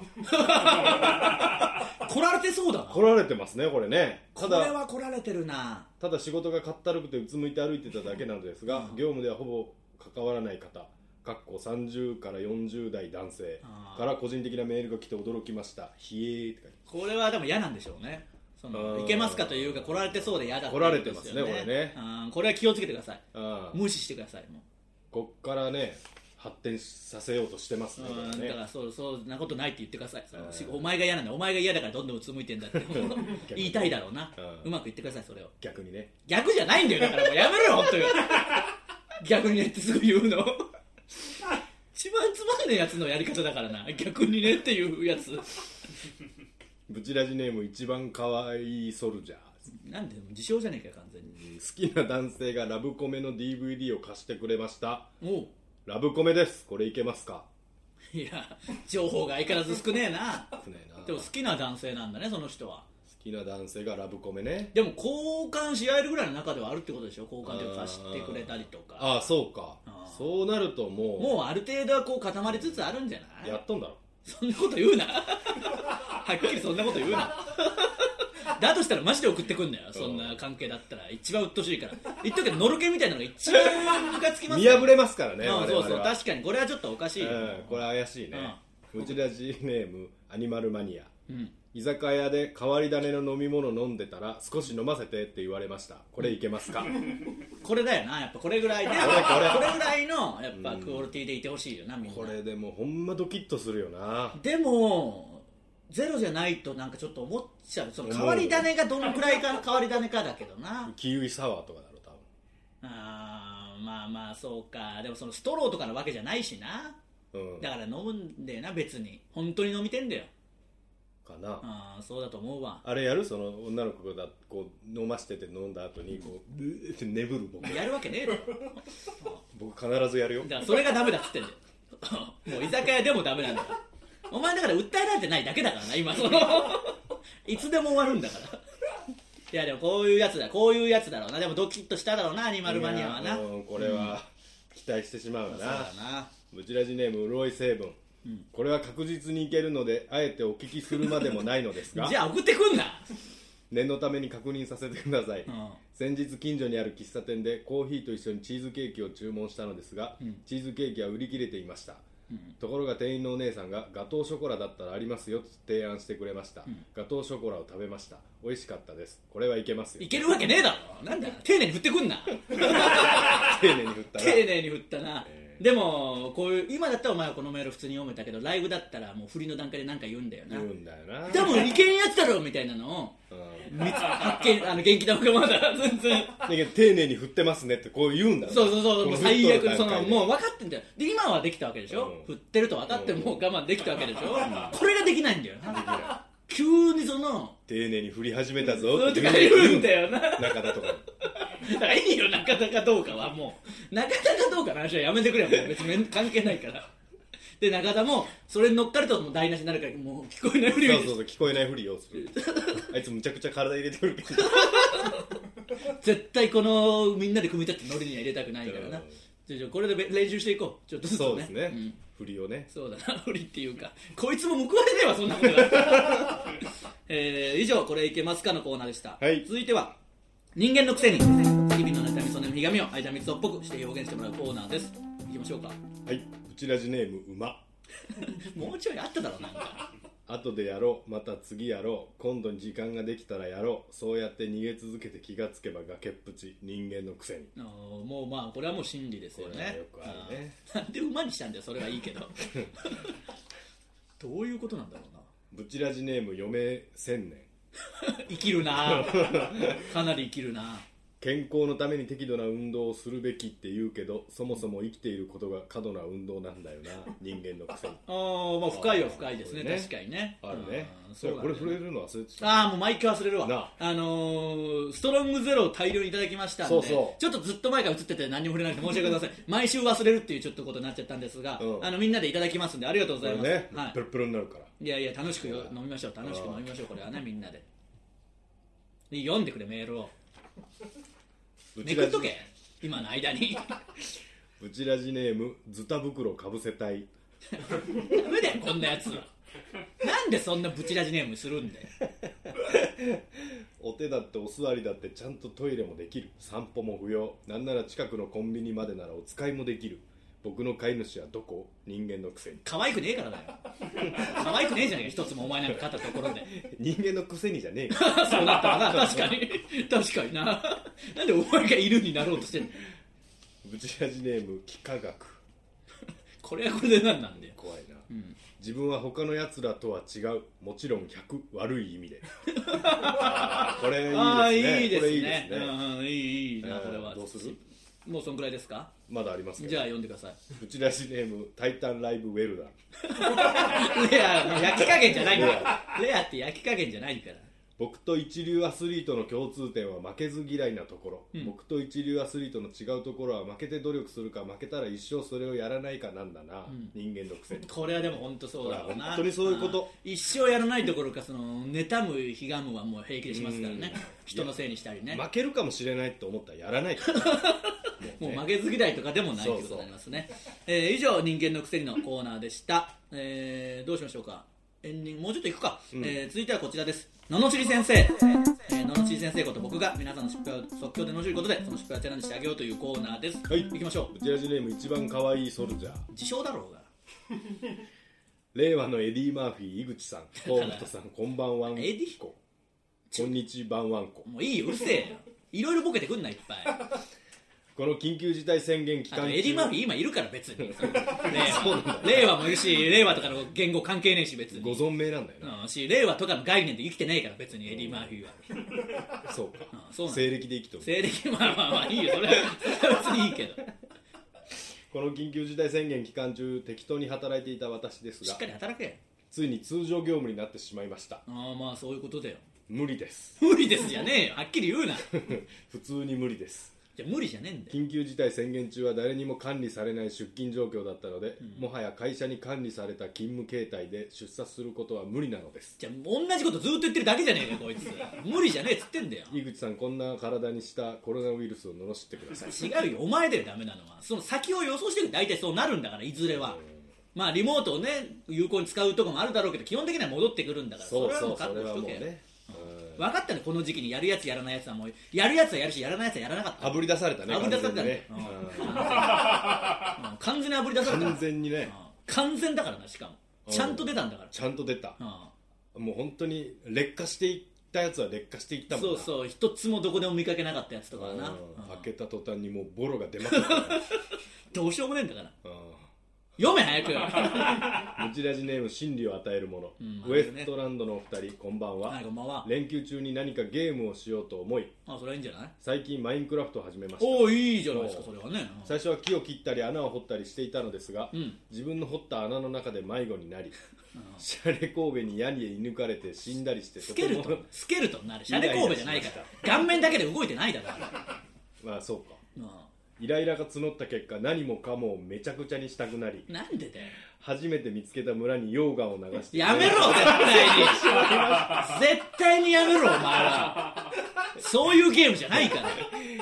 Speaker 2: 来られてそうだな
Speaker 3: 来られてますねこれね
Speaker 2: こ
Speaker 3: た
Speaker 2: れ
Speaker 3: だ
Speaker 2: は来られてるな
Speaker 3: ただ仕事がかったるくてうつむいて歩いてただけなのですが、業務ではほぼ関わらない方かっこ30から40代男性
Speaker 2: あー
Speaker 3: から個人的なメールが来て驚きました「ひえー」って書いて
Speaker 2: これはでも嫌なんでしょうねその
Speaker 3: う
Speaker 2: い
Speaker 3: ん
Speaker 2: けますかというか来られてそうで嫌だっていう
Speaker 3: 来られてますね
Speaker 2: ことですよ
Speaker 3: こ
Speaker 2: うんこれは気をつけてください
Speaker 3: あー
Speaker 2: 無視してくださいも
Speaker 3: こっからね発展させようとしてます
Speaker 2: う
Speaker 3: ね
Speaker 2: う
Speaker 3: こ
Speaker 2: んだ
Speaker 3: れ
Speaker 2: か
Speaker 3: ね
Speaker 2: らそうそんなことないって言ってくださいその
Speaker 3: うん
Speaker 2: しお前が嫌なんだお前が嫌だからどんどんうつむいてんだって
Speaker 3: [laughs]
Speaker 2: 言いたいだろうな
Speaker 3: うん
Speaker 2: うまく言ってくださいそれを
Speaker 3: 逆にね
Speaker 2: 逆じゃないんだよだからもうやめろよ本当に [laughs] 逆にねってすぐ言うの [laughs] 一番つまんねえやつのやり方だからな逆にねっていうやつ
Speaker 3: ブチラジネーム一番可愛いソルジャー
Speaker 2: なんで自称じゃねえかよ完全に
Speaker 3: 好きな男性がラブコメの DVD を貸してくれました
Speaker 2: おう
Speaker 3: ラブコメですこれいけますか
Speaker 2: いや情報が相変わらず少ねえな
Speaker 3: 少ないな
Speaker 2: でも好きな男性なんだねその人は
Speaker 3: 好きな男性がラブコメね
Speaker 2: でも交換し合えるぐらいの中ではあるってことでしょ交換で貸してくれたりとか
Speaker 3: ああそうか
Speaker 2: あー
Speaker 3: そうなるともう
Speaker 2: もうある程度はこう固まりつつあるんじゃな
Speaker 3: や
Speaker 2: い
Speaker 3: っとんだろ
Speaker 2: そんなこと言うな [laughs] はっきりそんなこと言うな [laughs] だとしたらマジで送ってくんなよそんな関係だったら一番鬱陶しいから言っとくけどのろけみたいなのが一番ムカつきます
Speaker 3: 見
Speaker 2: よ
Speaker 3: 破れますからね
Speaker 2: うん
Speaker 3: 我
Speaker 2: そう
Speaker 3: 々
Speaker 2: そう
Speaker 3: は
Speaker 2: 確かにこれはちょっとおかしいよ、
Speaker 3: うんこれ怪しいねブチラジネームアニマルマニア
Speaker 2: うん
Speaker 3: 居酒屋で変わり種の飲み物飲んでたら少し飲ませてって言われましたこれいけま
Speaker 2: [laughs]
Speaker 3: すか
Speaker 2: これだよなやっぱこれぐらいね
Speaker 3: これこれ
Speaker 2: これぐらいのやっぱクオリティでいてほしいよなみんな
Speaker 3: これでもほんまドキッとするよな
Speaker 2: でもゼロじゃないとなんかちょっと思っちゃうその
Speaker 3: 思う
Speaker 2: 変わり種がどのくらいか変わり種かだけどな
Speaker 3: キウイサワーとかだろ多分
Speaker 2: あーまあまあそうかでもそのストローとかなわけじゃないしな
Speaker 3: うん
Speaker 2: だから飲むんだよな別に本当に飲みてんだよ
Speaker 3: かな
Speaker 2: あーそうだと思うわ
Speaker 3: あれやるその女の子がこう飲ましてて飲んだ後にこうブーって眠る僕
Speaker 2: やるわけねえだろ
Speaker 3: 僕必ずやるよ
Speaker 2: だからそれがダメだっつってんだよ [laughs] もう居酒屋でもダメなんだよお前だから訴えられてないだけだからな今その [laughs] いつでも終わるんだからいやでもこういうやつだこういうやつだろうなでもドキッとしただろうなアニマルマニアはない
Speaker 3: やうんこれは期待してしまう
Speaker 2: そう
Speaker 3: よ
Speaker 2: だ
Speaker 3: な
Speaker 2: な
Speaker 3: ブチラジネームうろい成分これは確実にいけるのであえてお聞きするまでもないのです
Speaker 2: [laughs]
Speaker 3: が
Speaker 2: じゃあ送ってくんな
Speaker 3: 念のために確認させてください、
Speaker 2: ん
Speaker 3: 先日近所にある喫茶店でコーヒーと一緒にチーズケーキを注文したのですが、チーズケーキは売り切れていました、ところが店員のお姉さんがガトーショコラだったらありますよと提案してくれました、ガトーショコラを食べました美味しかったですこれはいけますよ
Speaker 2: いけるわけねえだろなんだ丁寧に振ってくんな
Speaker 3: 丁寧に振った
Speaker 2: [laughs]
Speaker 3: ら
Speaker 2: 丁寧に振ったなでもこういう今だったらお前はこのメール普通に読めたけどライブだったらもう振りの段階で何か言うんだよな
Speaker 3: 言うんだよな、
Speaker 2: 多分いけんやつだろみたいなのを
Speaker 3: うん
Speaker 2: 見つ発見あの元気玉がまだ全然
Speaker 3: だけど丁寧に振ってますねってこう言うんだよな
Speaker 2: そうそうそうも
Speaker 3: この
Speaker 2: う
Speaker 3: 振っ
Speaker 2: 最
Speaker 3: とる
Speaker 2: 悪その
Speaker 3: 段階で
Speaker 2: もう分かってんだよで今はできたわけでしょ、
Speaker 3: うん
Speaker 2: 振ってると分かってもう我慢できたわけでしょ、これができないんだよな急にその
Speaker 3: 丁寧に振り始めた
Speaker 2: そ
Speaker 3: ぞ
Speaker 2: うとか言うんだ
Speaker 3: よ
Speaker 2: よな
Speaker 3: 中
Speaker 2: [laughs]
Speaker 3: 田とかに
Speaker 2: だからいいよ中田かどうかはもう中田かどうかの話はやめてくれよもう別に関係ないからで中田もそれに乗っかるともう台無しになるからもう聞こえないふりを
Speaker 3: そうそうそう聞こえないふりをするあいつむちゃくちゃ体入れてくるけ
Speaker 2: [laughs]
Speaker 3: ど
Speaker 2: 絶対このみんなで組み立ってノリには入れたくないから
Speaker 3: う
Speaker 2: なんじゃあじゃあこれで練習していこうちょっとずつね
Speaker 3: そうですね、
Speaker 2: ん
Speaker 3: 振りをね
Speaker 2: そうだな、 [laughs] 不利っていうか、こいつも報われねえわ、そんなことが [laughs] えー以上、これいけますかのコーナーでした。
Speaker 3: はい
Speaker 2: 続いては、人間のくせに、日々の中身、そのひがみを間みつをっぽくして表現してもらうコーナーです。いきましょうか。
Speaker 3: はいうちラジネーム馬
Speaker 2: もうちょいあっただろう、なん
Speaker 3: [laughs]
Speaker 2: か。
Speaker 3: 後でやろうまた次やろう今度に時間ができたらやろうそうやって逃げ続けて気がつけば崖っぷち人間のくせに
Speaker 2: あのーもうまあ、これはもう真理ですよね。
Speaker 3: これはよくあるね
Speaker 2: あーなんで馬にしたんだよ、それはいい
Speaker 3: [laughs]
Speaker 2: けど。どういうことなんだろうな。
Speaker 3: ブチラジネーム余命千年
Speaker 2: 生きるなかなり生きるな
Speaker 3: 健康のために適度な運動をするべきって言うけどそもそも生きていることが過度な運動なんだよな人間のくせに
Speaker 2: あー、まあ、深いは深いですね
Speaker 3: あー
Speaker 2: 確かにね
Speaker 3: あるね
Speaker 2: うん
Speaker 3: そ
Speaker 2: そううだ
Speaker 3: こ
Speaker 2: ね
Speaker 3: れ触れるの忘れてた
Speaker 2: ああもう毎回忘れる
Speaker 3: な
Speaker 2: わ
Speaker 3: あ
Speaker 2: あのーストロングゼロを大量にいただきましたんで
Speaker 3: そうそう
Speaker 2: ちょっとずっと前から映ってて何にも触れなくて申し訳ございません
Speaker 3: [laughs]
Speaker 2: 毎週忘れるっていうちょっとことになっちゃったんですが、
Speaker 3: うん
Speaker 2: あのみんなでいただきますんでありがとうご
Speaker 3: こ
Speaker 2: ざい
Speaker 3: れ
Speaker 2: ます、
Speaker 3: ね
Speaker 2: はい
Speaker 3: プ、ルプルになるから
Speaker 2: いやいや楽しくよ飲みましょう楽しく飲みましょうこれはねみんなでで読んでくれメールを
Speaker 3: う
Speaker 2: め
Speaker 3: ち
Speaker 2: く
Speaker 3: ラ
Speaker 2: っ
Speaker 3: ジ
Speaker 2: とけ今の間に
Speaker 3: うちラジネームズタ袋かぶせたい
Speaker 2: ダメだよこんなやつなんでそんなブチラジネームするんだよ
Speaker 3: お手だってお座りだってちゃんとトイレもできる散歩も不要なんなら近くのコンビニまでならお使いもできる僕の飼い主はどこ人間の
Speaker 2: [laughs]
Speaker 3: くせに
Speaker 2: 可愛くねえからだよ可愛くねえじゃねえか一つもお前なんか勝ったところで
Speaker 3: 人間のくせにじゃねえか
Speaker 2: そうなったら [laughs] な確かに確かにななんでお前が犬になろうとしてんの
Speaker 3: ブチラジネーム幾何学
Speaker 2: これはこれで何なんだよ
Speaker 3: 怖いな、自分は他のやつらとは違うもちろん100悪い意
Speaker 2: [laughs]
Speaker 3: 味であーこれいい
Speaker 2: ああいいで
Speaker 3: ですねこれ
Speaker 2: すね
Speaker 3: いいですね
Speaker 2: うんうんいいいいな、
Speaker 3: えー
Speaker 2: これは
Speaker 3: どうする
Speaker 2: もうそんくらいですか
Speaker 3: まだありますけど
Speaker 2: じゃあ読んでください
Speaker 3: うちらしネーム「タイタンライブウェルダン」
Speaker 2: レア焼き加減じゃないんだよレアって焼き加減じゃないから
Speaker 3: 僕と一流アスリートの共通点は負けず嫌いなところ、僕と一流アスリートの違うところは負けて努力するか負けたら一生それをやらないかなんだな、人間のくせに
Speaker 2: これはでも本当そうだろうな
Speaker 3: 本当にそういうこと
Speaker 2: ん一生やらないどころかその妬む僻むはもう平気でしますからね人のせいにしたりね
Speaker 3: 負けるかもしれないと思ったらやらない
Speaker 2: もう負けず嫌いとかでもないということになりますねえー以上人間の薬のコーナーでした、えーどうしましょうかエンディングもうちょっといくか、えー続いてはこちらです野々尻先生、えー、野々尻先生こと僕が皆さんの失敗を即興でのしることでその失敗をチャレンジしてあげようというコーナーです、
Speaker 3: はい
Speaker 2: 行きましょう
Speaker 3: うちらしネーム一番可愛いソルジャー
Speaker 2: 自称だろうが
Speaker 3: 令和のエディ・マーフィー井口さん河
Speaker 2: [laughs]
Speaker 3: 本さんこんばんはん
Speaker 2: エディ
Speaker 3: ここんにちばんわんこ
Speaker 2: もういいようるせえよいろいろボケてくんないっぱい
Speaker 3: この緊急事態宣言期
Speaker 2: あと
Speaker 3: 間中
Speaker 2: エディ・マーフィー今いるから別に [laughs] 令和令和もいるし令和とかの言語関係ねえし別に
Speaker 3: ご存命なんだよな、
Speaker 2: うん、し令和とかの概念で生きてないから別にエディ・マーフィーは
Speaker 3: そうか
Speaker 2: うんそうなんだ
Speaker 3: 西暦で生きてる
Speaker 2: 西暦まあまあまあいいよそれはそれは別にいいけ
Speaker 3: [laughs]
Speaker 2: ど
Speaker 3: この緊急事態宣言期間中適当に働いていた私です
Speaker 2: し
Speaker 3: が
Speaker 2: っかり働け
Speaker 3: ついに通常業務になってしまいました
Speaker 2: ああまあそういうことだよ
Speaker 3: 無理です
Speaker 2: 無理ですじゃねえよはっきり言うな
Speaker 3: 普通に無理です
Speaker 2: じゃ無理じゃねえんだよ
Speaker 3: 緊急事態宣言中は誰にも管理されない出勤状況だったので、もはや会社に管理された勤務形態で出社することは無理なのです
Speaker 2: じゃあ同じことずっと言ってるだけじゃねえかこいつ無理じゃねえっつってんだよ
Speaker 3: 井口さんこんな体にしたコロナウイルスを罵ってください
Speaker 2: 違うよお前だよダメなのはその先を予想してる大体そうなるんだからいずれはまあリモートをね有効に使うとこもあるだろうけど基本的には戻ってくるんだから
Speaker 3: そう
Speaker 2: れは
Speaker 3: そ
Speaker 2: も
Speaker 3: う
Speaker 2: う覚
Speaker 3: それ
Speaker 2: 悟し
Speaker 3: は
Speaker 2: と
Speaker 3: もう
Speaker 2: けよ
Speaker 3: ね
Speaker 2: 分かったねこの時期にやるやつやらないやつはもうやるやつはやるしやらないやつはやらなかった
Speaker 3: あぶり出されたね
Speaker 2: 炙り出されたね
Speaker 3: 完全にね
Speaker 2: うん完全にあぶり出された
Speaker 3: 完全にね
Speaker 2: 完全だからなしかも
Speaker 3: うん
Speaker 2: ちゃんと出たんだから
Speaker 3: ちゃんと出た
Speaker 2: う
Speaker 3: もう本当に劣化していったやつは劣化していった
Speaker 2: ん
Speaker 3: も
Speaker 2: そ
Speaker 3: ん
Speaker 2: う
Speaker 3: な
Speaker 2: そう一つもどこでも見かけなかったやつとかはな
Speaker 3: う
Speaker 2: うん
Speaker 3: ん開けた途端にもうボロが出まくってた
Speaker 2: どうしようもねえんだから [laughs]
Speaker 3: う
Speaker 2: 読め
Speaker 3: [laughs]
Speaker 2: 早くは
Speaker 3: んムチラジネーム真理を与えるもの、
Speaker 2: ん
Speaker 3: ウエストランドのお二人こんばんは、
Speaker 2: いこんばんは
Speaker 3: 連休中に何かゲームをしようと思い
Speaker 2: あそれはいいんじゃない
Speaker 3: 最近マインクラフトを始めました
Speaker 2: おおいいじゃないですかそれはね
Speaker 3: 最初は木を切ったり穴を掘ったりしていたのですが、
Speaker 2: ん
Speaker 3: 自分の掘った穴の中で迷子になり、シャレ神戸に矢に射抜かれて死んだりして
Speaker 2: スケル
Speaker 3: と
Speaker 2: ト
Speaker 3: ても
Speaker 2: ンスケルトンになるシャレ神戸じゃないから顔面だけで動いてないだろあれ
Speaker 3: まあそうか
Speaker 2: う
Speaker 3: イライラが募った結果何もかもをめちゃくちゃにしたくなり
Speaker 2: んなんでだよ
Speaker 3: 初めて見つけた村に溶岩を流して
Speaker 2: やめろ絶
Speaker 3: [laughs]
Speaker 2: 対に絶対にやめろお前
Speaker 3: [laughs]
Speaker 2: らそういうゲームじゃないから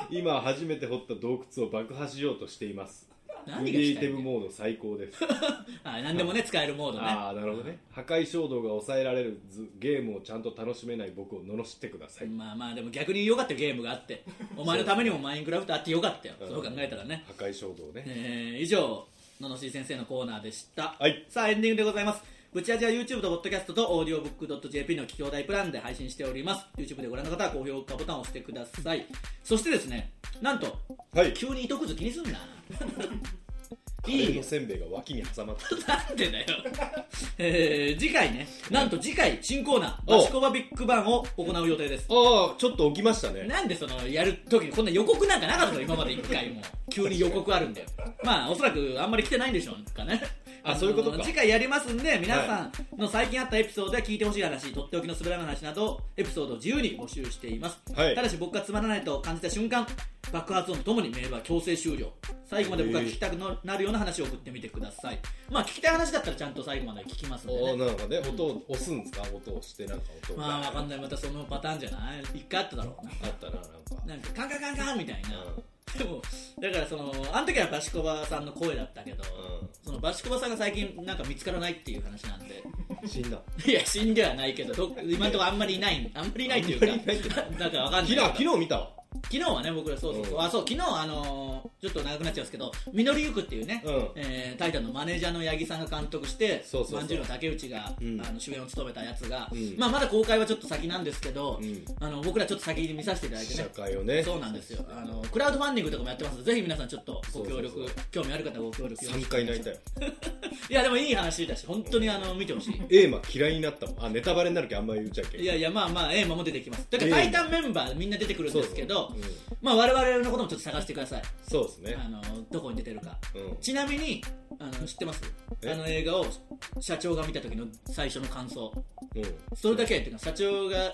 Speaker 3: 今初めて掘った洞窟を爆破しようとしていますク
Speaker 2: 何が
Speaker 3: リエ
Speaker 2: し
Speaker 3: イ
Speaker 2: たい
Speaker 3: ティ
Speaker 2: ん
Speaker 3: ブ
Speaker 2: だよ
Speaker 3: モード最高です
Speaker 2: あ何でもね使えるモードね
Speaker 3: ああなるほどね破壊衝動が抑えられるずゲームをちゃんと楽しめない僕を罵ってください、
Speaker 2: まあまあでも逆に良かったよゲームがあってお前のためにもマインクラフトあって良かったよそう考えたらね、
Speaker 3: 破壊衝動ね
Speaker 2: えー以上ののしい先生のコーナーでした、
Speaker 3: はい
Speaker 2: さあエンディングでございますぶちアジは YouTube と Podcast と audiobook.jp の企業大プランで配信しております YouTube でご覧の方は高評価ボタンを押してくださいそしてですねなんと
Speaker 3: はい
Speaker 2: 急に糸くず気にすんな
Speaker 3: カレーのせんべいが脇に挟まってる
Speaker 2: なんでだよ、えー次回ねなんと次回新コーナー
Speaker 3: お
Speaker 2: マシコバビッグバンを行う予定です
Speaker 3: ああちょっと起きましたね
Speaker 2: なんでそのやる時にこんな予告なんかなかったの今まで一回も急に予告あるんだよまあおそらくあんまり来てないんでしょうかね
Speaker 3: あ
Speaker 2: のー
Speaker 3: そういうことか
Speaker 2: 次回やりますんで皆さんの最近あったエピソードや聞いてほしい話とっておきのすべらない話などエピソードを自由に募集しています、
Speaker 3: はい
Speaker 2: ただし僕がつまらないと感じた瞬間爆発音とともにメールは強制終了最後まで僕が聞きたくのなるような話を送ってみてくださいまあ聞きたい話だったらちゃんと最後まで聞きますんで
Speaker 3: お
Speaker 2: ね
Speaker 3: なんかね音を押すんですか音を押してなんか音が、
Speaker 2: まあわかんないまたそのパターンじゃない一回あっただろうな
Speaker 3: あったななんか
Speaker 2: なんかカンカンカンカンみたいな、
Speaker 3: うん
Speaker 2: でもだからそのあの時はバシコバさんの声だったけど、
Speaker 3: うん
Speaker 2: そのバシコバさんが最近なんか見つからないっていう話なん
Speaker 3: [laughs]
Speaker 2: で
Speaker 3: 死んだ
Speaker 2: いや死んではないけどど今のところあんまりいないあんまりいないっていうか
Speaker 3: あんまりいないっていうか
Speaker 2: なんかわかんない
Speaker 3: 昨日昨日見たわ
Speaker 2: 昨日はね僕らそうそうそう、
Speaker 3: うん
Speaker 2: あそう昨日あのーちょっと長くなっちゃうんですけど「みのりゆく」っていうね、
Speaker 3: うん
Speaker 2: えータイタンのマネージャーの八木さんが監督して
Speaker 3: そうそうそう
Speaker 2: まんじゅうの竹内が、
Speaker 3: うん
Speaker 2: あの主演を務めたやつが、
Speaker 3: うん
Speaker 2: まあ、まだ公開はちょっと先なんですけど、
Speaker 3: うん
Speaker 2: あの僕らちょっと先に見させていただいて
Speaker 3: 試
Speaker 2: ね
Speaker 3: 写会をね
Speaker 2: そうなんですよあのクラウドファンディングとかもやってますぜひ皆さんちょっとご協力
Speaker 3: そうそうそ
Speaker 2: 興味ある方はご協力よろし
Speaker 3: 3
Speaker 2: く
Speaker 3: 回泣いたよ
Speaker 2: いやでもいい話だし本当にあの見てほしい
Speaker 3: [laughs] エーマ嫌いになったもんあネタバレになるけどあんまり言っちゃいけない
Speaker 2: いやいやまあまあエーマも出てきますだか
Speaker 3: エー
Speaker 2: ら
Speaker 3: マ
Speaker 2: タイタンメンバーみんな出てくるんですけど
Speaker 3: そうそううん
Speaker 2: まあ我々のこともちょっと探してください
Speaker 3: そうですね
Speaker 2: あのどこに出てるか
Speaker 3: うん
Speaker 2: ちなみにあの知ってます
Speaker 3: え
Speaker 2: あの映画を社長が見た時の最初の感想
Speaker 3: うん
Speaker 2: それだけっていうのは社長があ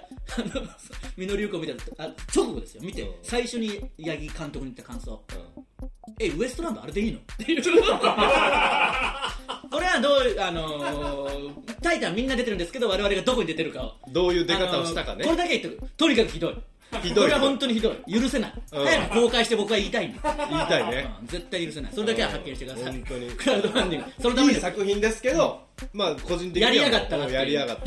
Speaker 2: の [laughs] みのりゆくを見たあ直後ですよ見て
Speaker 3: うん
Speaker 2: 最初に八木監督に言った感想
Speaker 3: うん
Speaker 2: えウエストランドあれでいい [laughs] のっていうこれはどういうあのータイタンみんな出てるんですけど我々がどこに出てるかを
Speaker 3: どういう出方をしたか
Speaker 2: あのーこれ
Speaker 3: ね
Speaker 2: だけ言っとくとにかくひどい
Speaker 3: ひ
Speaker 2: こ
Speaker 3: どい
Speaker 2: れは本
Speaker 3: 言
Speaker 2: 当にひどい許せない、
Speaker 3: うん
Speaker 2: 早く公開して僕は言いたいんです、
Speaker 3: いたいね
Speaker 2: うん絶対許せないそれだけははっきりしてください、
Speaker 3: うん本当に
Speaker 2: クラウドファンディングそのため
Speaker 3: いい
Speaker 2: に
Speaker 3: 作品ですけどまあ個人的には
Speaker 2: やりやがったな
Speaker 3: も
Speaker 2: っ
Speaker 3: う
Speaker 2: ていう
Speaker 3: やりやがっ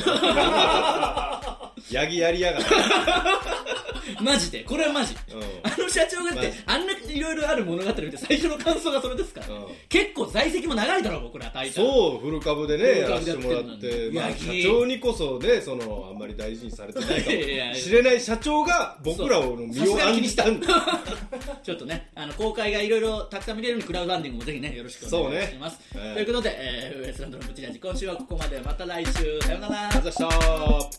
Speaker 2: [laughs]
Speaker 3: たヤギやりやがった
Speaker 2: マジでこれはマジ
Speaker 3: うん
Speaker 2: あの社長がっ
Speaker 3: マ
Speaker 2: て
Speaker 3: ジ
Speaker 2: あんないろいろある物語見て最初の感想がそれですから、
Speaker 3: うん
Speaker 2: 結構在籍も長いだろう僕らタイタン
Speaker 3: そうフル株でね
Speaker 2: フル
Speaker 3: やら
Speaker 2: 株で
Speaker 3: せ
Speaker 2: や
Speaker 3: て
Speaker 2: って
Speaker 3: もら
Speaker 2: る
Speaker 3: っ
Speaker 2: のに
Speaker 3: て、まあ、
Speaker 2: ヤ
Speaker 3: 社
Speaker 2: ギ
Speaker 3: 長にこそねそのあんまり大事にされてないか
Speaker 2: いやいやい
Speaker 3: も
Speaker 2: や
Speaker 3: しれない社長が僕らをの身を案じたんだ
Speaker 2: ちょっとね、あの公開がいろいろたくさん見れるようにクラウドファンディングもぜひね、よろしくお願いします。
Speaker 3: そうねええ
Speaker 2: ということで、えーウエストランドのブチラジ、今週はここまで。また来週、さようなら。
Speaker 3: ありがとうございました